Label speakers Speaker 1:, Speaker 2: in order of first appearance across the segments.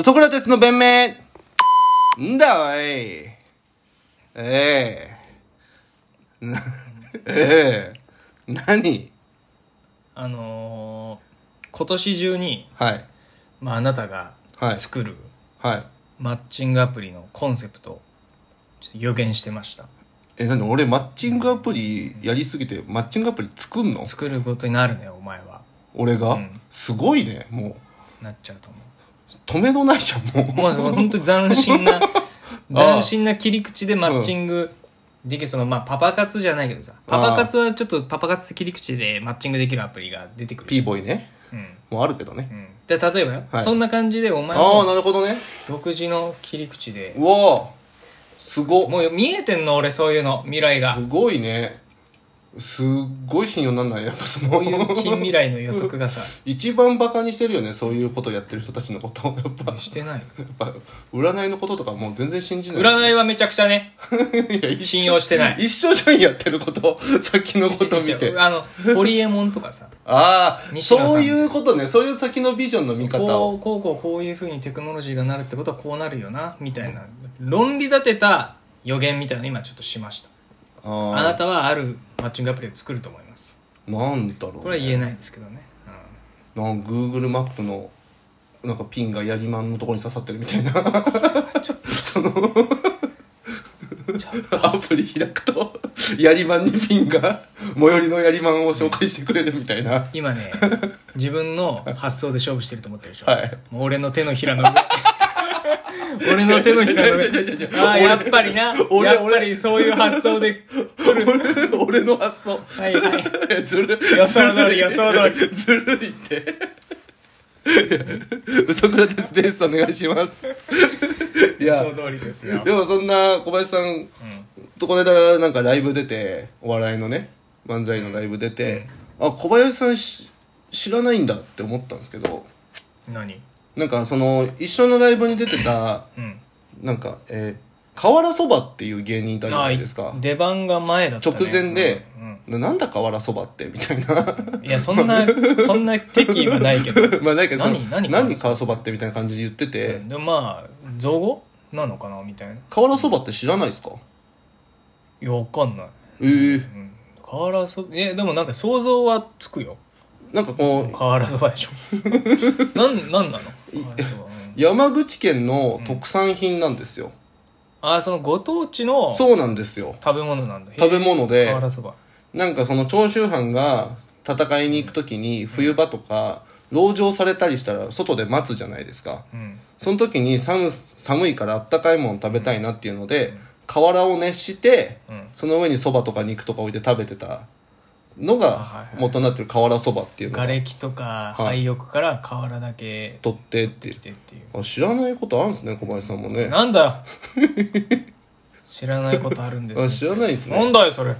Speaker 1: ソクラテスの弁明んだおいええ なええ何
Speaker 2: あのー今年中に、
Speaker 1: はい
Speaker 2: まあ、あなたが
Speaker 1: はい
Speaker 2: 作る
Speaker 1: はい
Speaker 2: マッチングアプリのコンセプトをちょっと予言してました
Speaker 1: え何俺マッチングアプリやりすぎてマッチングアプリ作んの
Speaker 2: 作ることになるねお前は
Speaker 1: 俺が、
Speaker 2: うん
Speaker 1: すごいねも
Speaker 2: なっちゃうと思う
Speaker 1: う止めのないじゃんもう
Speaker 2: まあ、本当に斬 新な、斬新な切り口でマッチングできる、その、まあ、パパ活じゃないけどさ、パパ活はちょっとパパ活って切り口でマッチングできるアプリが出てくる。
Speaker 1: ピーボーイね
Speaker 2: うん。
Speaker 1: もうあるけどね、
Speaker 2: うん。で、例えばよ、
Speaker 1: はい
Speaker 2: そんな感じでお前
Speaker 1: ああ
Speaker 2: も
Speaker 1: なるほどね
Speaker 2: 独自の切り口で、
Speaker 1: うわーすご
Speaker 2: もう見えてんの俺そういうの、未来が
Speaker 1: す。ごいねすっごい信用なんないやっぱその
Speaker 2: こういう近未来の予測がさ、
Speaker 1: 一番バカにしてるよねそういうことやってる人たちの ことをやっぱやっ
Speaker 2: してないよ。
Speaker 1: ぱ占いのこととかもう全然信じない
Speaker 2: 占いはめちゃくちゃね、
Speaker 1: いや一緒
Speaker 2: 信用してない
Speaker 1: 一緒じゃんやってること さっきのこと見て
Speaker 2: あの、ホリエモンとかさ、
Speaker 1: ああ
Speaker 2: 西野さん
Speaker 1: そういうことねそういう先のビジョンの見方
Speaker 2: こ
Speaker 1: を
Speaker 2: うこうこうこういうふうにテクノロジーがなるってことはこうなるよなみたいな論理立てた予言みたいなの今ちょっとしました
Speaker 1: あ
Speaker 2: あ
Speaker 1: ー
Speaker 2: なたはあるマッチングアプリを作ると思います
Speaker 1: なんだろう、ね、
Speaker 2: これは言え
Speaker 1: い
Speaker 2: ないですけどね、
Speaker 1: なんか Google マップのなんかピンがやりまんのところに刺さってるみたいな そのアプリ開くとやりまんにピンが最寄りのやりまんを紹介してくれるみたいな
Speaker 2: 今ね自分の発想で勝負してると思ってるでしょ、
Speaker 1: はい
Speaker 2: もう俺の手のひらの上 俺の手のひらの上
Speaker 1: 違う違う違う違う
Speaker 2: ああ
Speaker 1: 俺
Speaker 2: やっぱりな
Speaker 1: 俺
Speaker 2: やっぱりそういう発想で
Speaker 1: 俺俺の発想
Speaker 2: はいはい
Speaker 1: えずる
Speaker 2: 予想通り予想
Speaker 1: 通りずるいってソクラテスですお願いしますい
Speaker 2: 予
Speaker 1: や
Speaker 2: 想通りですよ
Speaker 1: でもそんな小林さんとこの間なんかライブ出てお笑いのね漫才のライブ出て、あ小林さんし知らないんだって思ったんですけど
Speaker 2: 何
Speaker 1: なんかその一緒のライブに出てた
Speaker 2: うん
Speaker 1: なんか、えー、瓦そばっていう芸人いたじゃないです
Speaker 2: あ
Speaker 1: か
Speaker 2: 出番が前だった、
Speaker 1: 直
Speaker 2: ね、
Speaker 1: 前で、
Speaker 2: うんうん
Speaker 1: ななんだ瓦そばってみたいな
Speaker 2: いや、そんな、そんな敵意はないけど。
Speaker 1: まあなんかその
Speaker 2: 何何
Speaker 1: 何瓦そばってみたいな感じで言ってて、
Speaker 2: うんでもまあ、造語なのかなみたいな。い
Speaker 1: 瓦そばって知らないですか
Speaker 2: や、わかんない。
Speaker 1: ええー
Speaker 2: うん。瓦そば、え、でもなんか想像はつくよ。
Speaker 1: なんかこう
Speaker 2: 瓦そ ばでしょ。なん、なんなの瓦そば。うん
Speaker 1: 山口県の特産品なんですよ、
Speaker 2: あ、そのご当地の食
Speaker 1: そうなんですよ
Speaker 2: べ物なんだ。へえ
Speaker 1: 食べ物で
Speaker 2: 瓦そば。
Speaker 1: なんかその長州藩が戦いに行く時に冬場とか籠城されたりしたら外で待つじゃないですか
Speaker 2: うん。
Speaker 1: その時に寒寒いからあったかいもの食べたいなっていうので瓦を熱して
Speaker 2: うん。
Speaker 1: その上にそばとか肉とか置いて食べてたの
Speaker 2: あはい
Speaker 1: が
Speaker 2: はい
Speaker 1: 元になってる瓦そばっていうの
Speaker 2: 瓦
Speaker 1: が
Speaker 2: 礫とか
Speaker 1: はい
Speaker 2: 廃屋から瓦だけ
Speaker 1: 取ってってい
Speaker 2: 来
Speaker 1: う
Speaker 2: てっていう。
Speaker 1: あ知らないことあるんですね小林さんもね
Speaker 2: なんだよ知らないことあるんです
Speaker 1: あ
Speaker 2: ね
Speaker 1: 知らないです
Speaker 2: な
Speaker 1: ね
Speaker 2: んだよそれ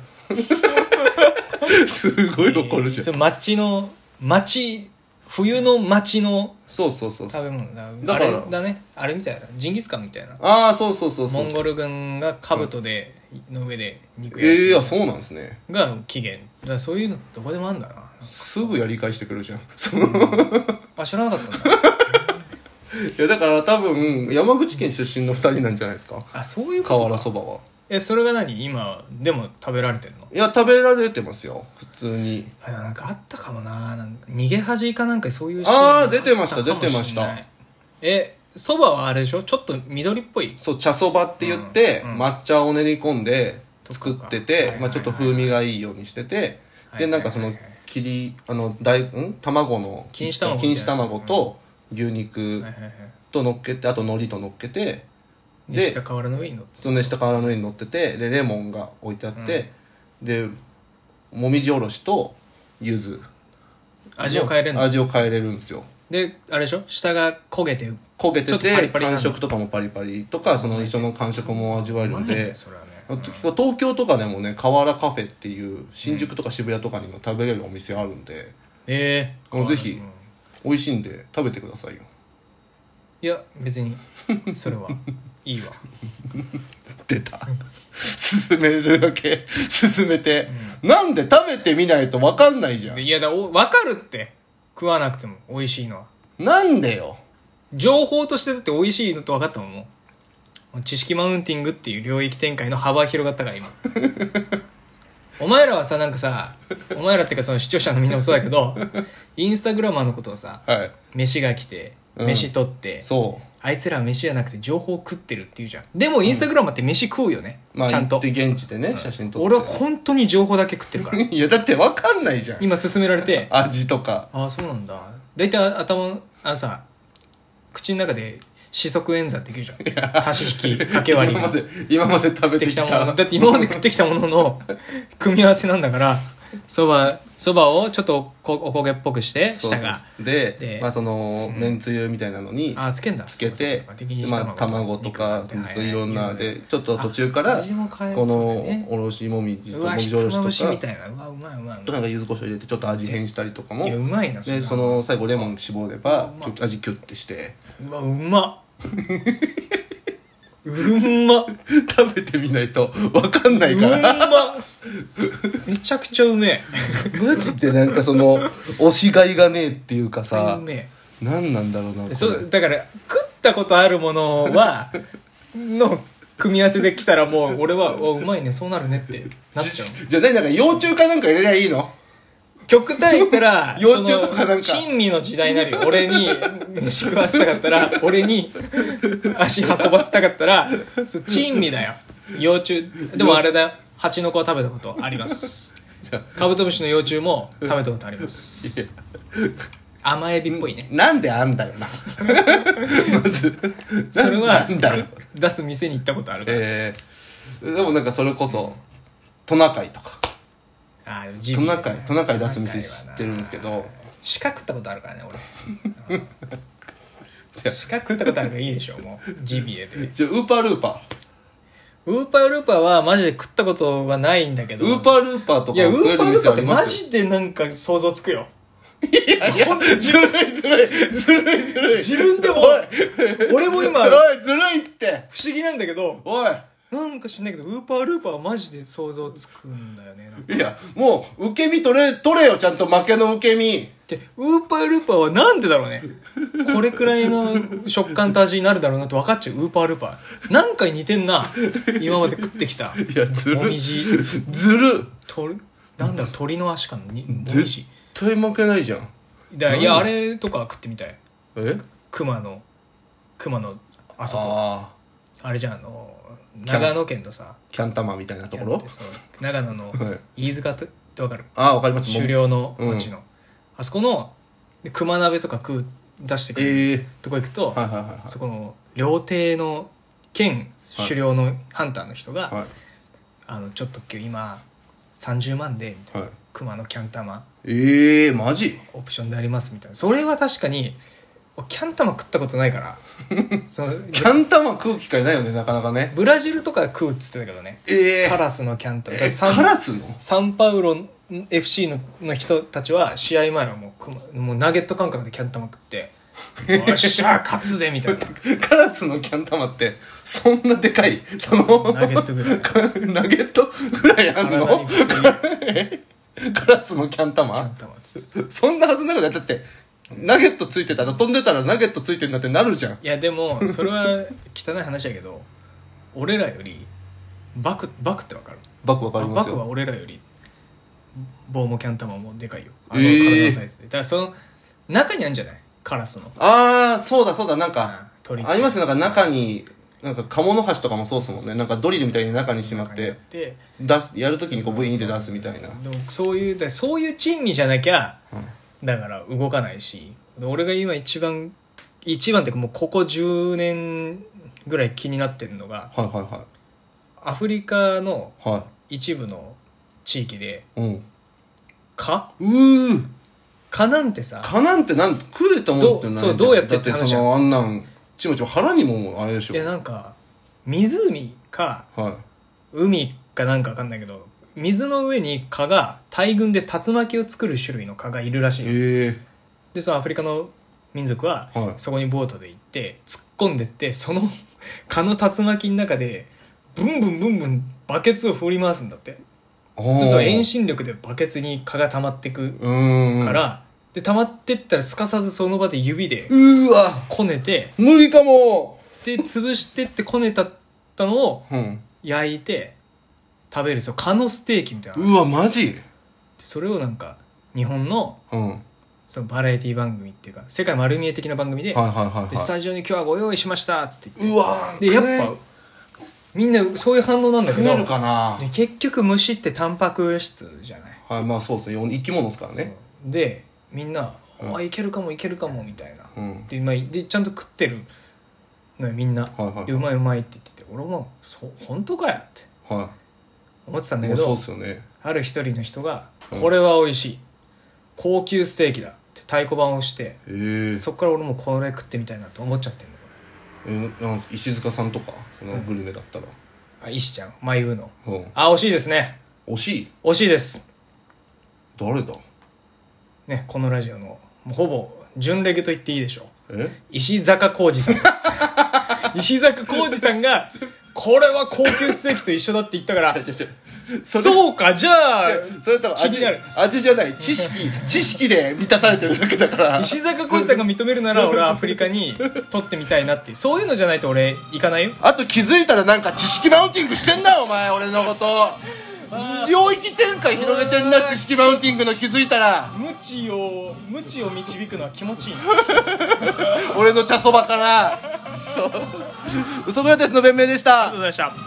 Speaker 1: すごい怒るじゃん
Speaker 2: それ町の町冬の町の
Speaker 1: そうそうそう
Speaker 2: 食べ物だ
Speaker 1: だから
Speaker 2: あれだねあれみたいなジンギスカンみたいな
Speaker 1: ああそうそうそうそ
Speaker 2: モ
Speaker 1: う
Speaker 2: ンゴル軍が兜で、の上で肉
Speaker 1: ええいや
Speaker 2: やつ
Speaker 1: そうなんですね
Speaker 2: が起源だからそういうのどこでもあるんだな
Speaker 1: すぐやり返してくるじゃん その
Speaker 2: あ知らなかった んだ
Speaker 1: いやだから多分山口県出身の2人なんじゃないですか
Speaker 2: あそういうこと
Speaker 1: 瓦そばは
Speaker 2: えそれが何今でも食べられてんの
Speaker 1: いや食べられてますよ普通に
Speaker 2: あなんかあったかもななんか逃げ恥かなんかそうい
Speaker 1: あー
Speaker 2: うったかも
Speaker 1: 出てました
Speaker 2: しんない
Speaker 1: 出てました
Speaker 2: えそばはあれでしょちょっと緑っぽい
Speaker 1: そう茶そばって言って、
Speaker 2: うんうん
Speaker 1: 抹茶を練り込んで作って
Speaker 2: とか
Speaker 1: て
Speaker 2: か、
Speaker 1: まあ、ちょっと風味がいいようにしてて、
Speaker 2: はいはいはい
Speaker 1: でなんかその切りあの大ん卵の
Speaker 2: 錦糸卵
Speaker 1: 錦糸卵と牛肉
Speaker 2: はいはいはい
Speaker 1: と乗っけてあと海苔と乗っけてで
Speaker 2: 熱した瓦の上に乗って
Speaker 1: その下からの上に乗っててでレモンが置いてあって、でもみじおろしと柚子
Speaker 2: 味を変えれるの
Speaker 1: 味を変えれるんですよ
Speaker 2: であれでしょ下が焦げて
Speaker 1: 焦げ
Speaker 2: ちょ
Speaker 1: て
Speaker 2: っとパリ
Speaker 1: て
Speaker 2: パリなんだ
Speaker 1: 感触とかもパリパリとかその一緒の感触も味わえるの
Speaker 2: うまいね
Speaker 1: で
Speaker 2: それはね
Speaker 1: あと結構東京とかでもね河原カフェっていう新宿とか渋谷とかにも食べれるお店あるんで
Speaker 2: ええ
Speaker 1: もうぜひ美味しいんで食べてくださいよ
Speaker 2: いや別にそれはいいわ
Speaker 1: 出 た勧めるだけ勧めて、なんで食べてみないと分かんないじゃ
Speaker 2: で
Speaker 1: ん
Speaker 2: いやだお分かるって食わなくても美味しいのは
Speaker 1: なんでよ
Speaker 2: 情報としてだって美味しいのと分かったもんもう知識マウンティングっていう領域展開の幅が広がったから今 お前らはさなんかさお前らっていうかその視聴者のみんなもそうだけどインスタグラマーのことをさ
Speaker 1: はい
Speaker 2: 飯が来て
Speaker 1: うん
Speaker 2: 飯取って、
Speaker 1: そ
Speaker 2: あいつらは飯じゃなくて情報を食ってるっていうじゃんでもインスタグラマーって飯食うよね、
Speaker 1: うまあ
Speaker 2: ちゃんと
Speaker 1: 行って現地でね、写真撮って
Speaker 2: 俺は本当に情報だけ食ってるから
Speaker 1: いやだって分かんないじゃん
Speaker 2: 今勧められて
Speaker 1: 味とか
Speaker 2: ああそうなんだ大体あ頭あのさ口の中で四則演算できるじゃん足し引き掛け割り
Speaker 1: 今
Speaker 2: が
Speaker 1: まで今まで食
Speaker 2: 食
Speaker 1: べ
Speaker 2: って
Speaker 1: てき
Speaker 2: きた
Speaker 1: た
Speaker 2: ものだって今まで食ってきたものの組み合わせなんだからそばそばをちょっとこお焦げっぽくして
Speaker 1: そうそ
Speaker 2: 下
Speaker 1: う
Speaker 2: が
Speaker 1: で
Speaker 2: で
Speaker 1: まあその、めんつゆみたいなのに
Speaker 2: ああつけんだ
Speaker 1: つけ
Speaker 2: そう
Speaker 1: て
Speaker 2: そうそう適宜したの
Speaker 1: ま
Speaker 2: が
Speaker 1: あ卵とか
Speaker 2: 肉なんて
Speaker 1: いろんな
Speaker 2: はいはい
Speaker 1: でちょっと途中から
Speaker 2: あ
Speaker 1: こ
Speaker 2: 味も変えそうだ
Speaker 1: の
Speaker 2: ね
Speaker 1: おろしもみじと
Speaker 2: う
Speaker 1: も
Speaker 2: わ
Speaker 1: み
Speaker 2: ひ
Speaker 1: じ
Speaker 2: つ
Speaker 1: お
Speaker 2: ま
Speaker 1: ろ
Speaker 2: ぶ
Speaker 1: し
Speaker 2: し
Speaker 1: と
Speaker 2: み
Speaker 1: か
Speaker 2: たいなうわうまいうまいう
Speaker 1: とか
Speaker 2: ま
Speaker 1: なんか柚子胡椒入れてちょっと味変したりとか
Speaker 2: い
Speaker 1: も
Speaker 2: いやうまいな
Speaker 1: でそ
Speaker 2: んな
Speaker 1: の最後レモン絞れば
Speaker 2: うま
Speaker 1: ちょ味キュッてして
Speaker 2: うわうまっうんまっ
Speaker 1: 食べてみないと分かんない
Speaker 2: うん
Speaker 1: から
Speaker 2: まっめちゃくちゃうめえ
Speaker 1: マジでなんかその押しがいがねえっていうかさ
Speaker 2: うめえ
Speaker 1: 何なんだろうなこ
Speaker 2: で
Speaker 1: れ
Speaker 2: そうだから食ったことあるものはの組み合わせできたらもう俺はうわうまいねそうなるねってなっちゃ う
Speaker 1: じゃあ何なんか幼虫かなんか入れりゃいいの
Speaker 2: 極端言ったら
Speaker 1: 幼虫とか なんか
Speaker 2: その珍味の時代になるよ俺に飯食わせたかったら俺に足運ばせたかったらそう珍味だよ幼虫でもあれだよ蜂の子は食べたことあります
Speaker 1: じゃ
Speaker 2: カブトムシの幼虫も食べたことあります甘エビっぽいね
Speaker 1: なんであんだよ なまず
Speaker 2: それは
Speaker 1: なんだよ
Speaker 2: く出す店に行ったことあるから
Speaker 1: えー、でもなんかそれこそトナカイとか
Speaker 2: あージ
Speaker 1: ト
Speaker 2: ビエ
Speaker 1: ナカイトナカイ出す店知ってるんですけど
Speaker 2: 鹿食ったことあるからね
Speaker 1: じ ゃ
Speaker 2: 俺鹿食ったことあるからいいでしょもうジビエで
Speaker 1: じゃあウーパールーパ
Speaker 2: ウーパールーパーはマジで食ったことはないんだけ
Speaker 1: ー
Speaker 2: ど
Speaker 1: ウーパールーパーと
Speaker 2: い
Speaker 1: か
Speaker 2: やウーパールーパーっ
Speaker 1: 食える店あ
Speaker 2: て
Speaker 1: りま
Speaker 2: マ
Speaker 1: す
Speaker 2: ジでなんか想像つくよ
Speaker 1: いやいやずるいずるいずるいずるい
Speaker 2: 自分でも俺も今
Speaker 1: おいずるいって
Speaker 2: 不思議なんだけど
Speaker 1: おい
Speaker 2: なんか知んないけどウーパールーパーはマジで想像つくんだよねなんか
Speaker 1: いやもう受け身取れ取れよちゃんと負けの受け身
Speaker 2: でウーパールーパーはなんでだろうねこれくらいの食感と味になるだろうなって分かっちゃうウーパールーパーなんか似てんな今まで食ってきた
Speaker 1: いやず
Speaker 2: も
Speaker 1: る
Speaker 2: み
Speaker 1: い
Speaker 2: じ
Speaker 1: ずるい
Speaker 2: 鳥なんだろう鳥の足かなにもみ
Speaker 1: 絶
Speaker 2: じ
Speaker 1: 対負けないじゃん
Speaker 2: だからいや
Speaker 1: なん
Speaker 2: あ
Speaker 1: だ
Speaker 2: れとか食ってみたい
Speaker 1: え
Speaker 2: 熊の熊のあそこ
Speaker 1: ああ
Speaker 2: あれじゃんあの
Speaker 1: キャン
Speaker 2: 長野県とさ
Speaker 1: キャン玉みたいなところ
Speaker 2: そう長 野の
Speaker 1: はい
Speaker 2: 飯塚ってってわかる
Speaker 1: ああわかりますもう
Speaker 2: 狩猟の町の、あそこので熊鍋とか食う出してくる
Speaker 1: ええ
Speaker 2: とこ行くと、
Speaker 1: はいはいはいはい
Speaker 2: そこの料亭の県
Speaker 1: はい
Speaker 2: 狩猟のハンターの人が「
Speaker 1: は
Speaker 2: あのちょっと今日今30万で」みたい
Speaker 1: い
Speaker 2: な
Speaker 1: はい
Speaker 2: 「熊のキャン玉
Speaker 1: ええマジ
Speaker 2: オプションであります」みたいなそれは確かに俺キャン玉食ったことないから その
Speaker 1: キャン玉食う機会ないよねなかなかね
Speaker 2: ブラジルとか食うっつってたけどね
Speaker 1: ええ
Speaker 2: カラスのキャン玉だか
Speaker 1: え
Speaker 2: らサン
Speaker 1: カラスの
Speaker 2: サンパウロ FC のの人たちは試合前はもう熊もうナゲット感覚でキャン玉 食って「よっしゃ勝つぜ」みたいな
Speaker 1: カラスのキャン玉ってそんなでかいその
Speaker 2: ナゲットぐらい
Speaker 1: かナゲットぐらいあん
Speaker 2: 体
Speaker 1: の
Speaker 2: に普通にキ
Speaker 1: カラスのキャン
Speaker 2: ャ
Speaker 1: 玉
Speaker 2: ン玉っつって
Speaker 1: そんなはずなくないだってナゲットついてたら飛んでたらナゲットついてんだってなるじゃん
Speaker 2: いやでもそれは汚い話やけど俺らよりバクバクってわかる
Speaker 1: バクわか
Speaker 2: あ
Speaker 1: りま
Speaker 2: バ
Speaker 1: す
Speaker 2: クは
Speaker 1: よ
Speaker 2: 俺らより棒もキャン玉もでかいよあ
Speaker 1: え
Speaker 2: の
Speaker 1: ー
Speaker 2: 体のサイズで、だからその中にあるんじゃないカラスの
Speaker 1: ああそうだそうだなんか
Speaker 2: うん鳥
Speaker 1: ありますよなんか中になんか鴨の橋とかもそうっすもんねなんかドリルみたいに中にしまっ
Speaker 2: 中にあ
Speaker 1: て
Speaker 2: て
Speaker 1: 出すやるときにこうブイーンって出すみたいな
Speaker 2: でもそういうだからそういう珍味じゃなきゃ、だから動かないしで俺が今一番一番っていうかもうここ10年ぐらい気になってるのが
Speaker 1: はいは
Speaker 2: アフリカの
Speaker 1: いはいは
Speaker 2: 一部の地域で
Speaker 1: いうん
Speaker 2: 蚊
Speaker 1: うー
Speaker 2: 蚊なんてさ
Speaker 1: 蚊なんてなん食えたもんってないじゃん
Speaker 2: どうそうどうやってって
Speaker 1: だって
Speaker 2: 話じ
Speaker 1: そ
Speaker 2: ゃん
Speaker 1: のあんなんちまちま腹にもあれでしょ
Speaker 2: いやなんか湖か
Speaker 1: は
Speaker 2: 海かなんかわかんないけど水の上に蚊が大群で竜巻を作る種類の蚊がいるらし
Speaker 1: い
Speaker 2: いよ
Speaker 1: ええ
Speaker 2: でそのアフリカの民族は
Speaker 1: はい
Speaker 2: そこにボートで行って突っ込んでってその蚊の竜巻の中でブンブンブンブンバケツを振り回すんだって
Speaker 1: あ
Speaker 2: そうすると遠
Speaker 1: ー
Speaker 2: 心力でバケツに蚊が溜まってく
Speaker 1: うーん
Speaker 2: からで溜まってったらすかさずその場で指で
Speaker 1: うーわ
Speaker 2: こねて
Speaker 1: 無理かも
Speaker 2: で潰してってこねたったのを
Speaker 1: うん
Speaker 2: 焼いて食べるんですよ蚊のステーキみたいな
Speaker 1: うわマジ
Speaker 2: それをなんか日本の
Speaker 1: うんはい
Speaker 2: そのバラエティ番組っていうか世界丸見え的な番組で,、
Speaker 1: はいはい
Speaker 2: でス
Speaker 1: は
Speaker 2: タジオに今日はご用意しましたっつって言
Speaker 1: い
Speaker 2: っ
Speaker 1: うわ
Speaker 2: てでやっぱみんなそういう反応なんだけ
Speaker 1: 食
Speaker 2: ど
Speaker 1: えるかな
Speaker 2: で結局虫ってタンパク質じゃない、
Speaker 1: はいまあそうですね生き物ですからね
Speaker 2: そうでみんな「
Speaker 1: うん
Speaker 2: あいけるかもいけるかも」みたいな、
Speaker 1: うん
Speaker 2: で,、まあ、でちゃんと食ってるのよみんな、
Speaker 1: はいはい
Speaker 2: でうまいうまいって言ってて俺も「そう本当かよ」って
Speaker 1: は
Speaker 2: 思ってたん
Speaker 1: い
Speaker 2: だ
Speaker 1: ま
Speaker 2: け
Speaker 1: あそう
Speaker 2: ど
Speaker 1: ですよね
Speaker 2: ある一人の人が「
Speaker 1: うん
Speaker 2: これは美味しい、高級ステーキだ」って太鼓判を押して
Speaker 1: えー
Speaker 2: そっから俺もこれ食ってみたいなと思っちゃってるの
Speaker 1: えーなんか石塚さんとかそのグルメだったら
Speaker 2: あ石ちゃん前言うの
Speaker 1: うん
Speaker 2: あ惜しいですね
Speaker 1: 惜しい
Speaker 2: 惜しいです
Speaker 1: 誰だ
Speaker 2: ねこのラジオのもうほぼ準レギュと言っていいでしょう
Speaker 1: え
Speaker 2: 石坂浩二さ んです石坂浩二さんがこれは高級ステーキと一緒だって言ったから
Speaker 1: それ
Speaker 2: そうかじゃあ
Speaker 1: それ多分
Speaker 2: 気
Speaker 1: 味
Speaker 2: になる
Speaker 1: 味じゃない知識知識で満たされてるだけだから
Speaker 2: 石坂浩二さんが認めるなら俺はアフリカに取ってみたいなっていうそういうのじゃないと俺行かないよ
Speaker 1: あと気づいたらなんか知識マウンティングしてんなお前俺のこと領域展開広げてんな知識マウンティングの気づいたら
Speaker 2: 無知を無知を導くのは気持ちいいな
Speaker 1: 俺の茶そばからそう嘘のやつの弁明でした
Speaker 2: ありがとうございました